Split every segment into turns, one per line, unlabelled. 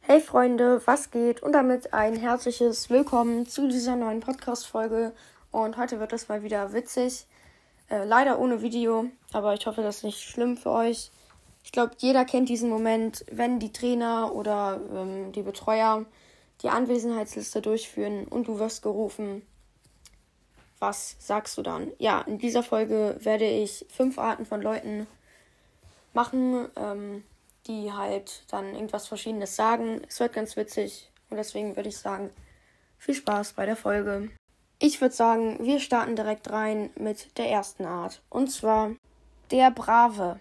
Hey Freunde, was geht? Und damit ein herzliches Willkommen zu dieser neuen Podcast-Folge. Und heute wird es mal wieder witzig. Äh, leider ohne Video, aber ich hoffe, das ist nicht schlimm für euch. Ich glaube, jeder kennt diesen Moment, wenn die Trainer oder ähm, die Betreuer die Anwesenheitsliste durchführen und du wirst gerufen. Was sagst du dann? Ja, in dieser Folge werde ich fünf Arten von Leuten machen, ähm, die halt dann irgendwas Verschiedenes sagen. Es wird ganz witzig und deswegen würde ich sagen, viel Spaß bei der Folge. Ich würde sagen, wir starten direkt rein mit der ersten Art und zwar der Brave.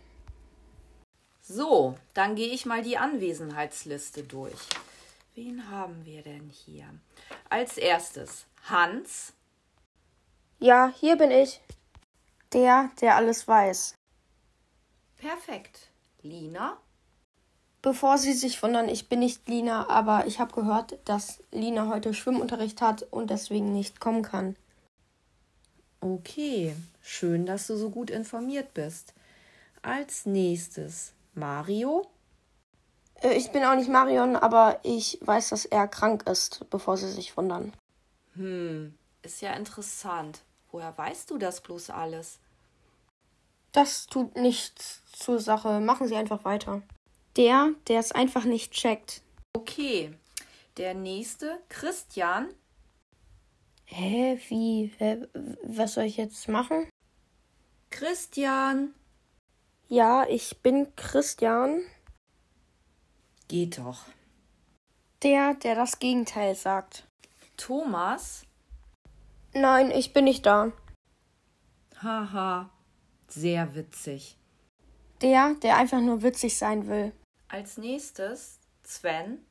So, dann gehe ich mal die Anwesenheitsliste durch. Wen haben wir denn hier? Als erstes Hans,
Ja, hier bin ich. Der, der alles weiß.
perfekt. Lina,
Bevor Sie sich wundern, ich bin nicht Lina, aber ich habe gehört, dass Lina heute Schwimmunterricht hat und deswegen nicht kommen kann.
Okay, schön, dass du so gut informiert bist. Als nächstes Mario.
Äh, Ich bin auch nicht Marion, aber ich weiß, dass er krank ist, bevor Sie sich wundern.
hm, ist ja interessant. Woher weißt du das bloß alles?
Das tut nichts zur Sache. Machen Sie einfach weiter. Der, der es einfach nicht checkt.
Okay, der nächste, Christian.
Hä, wie? Hä, was soll ich jetzt machen?
Christian,
Ja, ich bin Christian.
Geht doch.
Der, der das Gegenteil sagt.
Thomas,
Nein, ich bin nicht da.
Haha, sehr witzig.
Der, der einfach nur witzig sein will.
als nächstes Sven.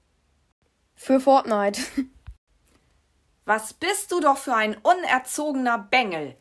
Für Fortnite.
Was bist du doch für ein unerzogener Bengel?